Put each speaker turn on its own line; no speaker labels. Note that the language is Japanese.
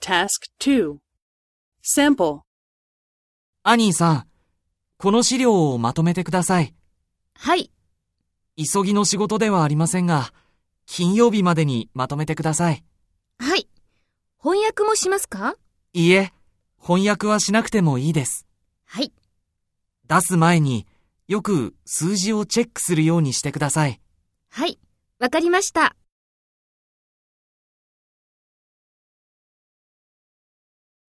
Task 2. Sample.
アニーさん、この資料をまとめてください。
はい、
急ぎの仕事ではありませんが、金曜日までにまとめてください。
はい。翻訳もしますか
いいえ、翻訳はしなくてもいいです。
はい、
出す前によく数字をチェックするようにしてください。
はい。わかりました。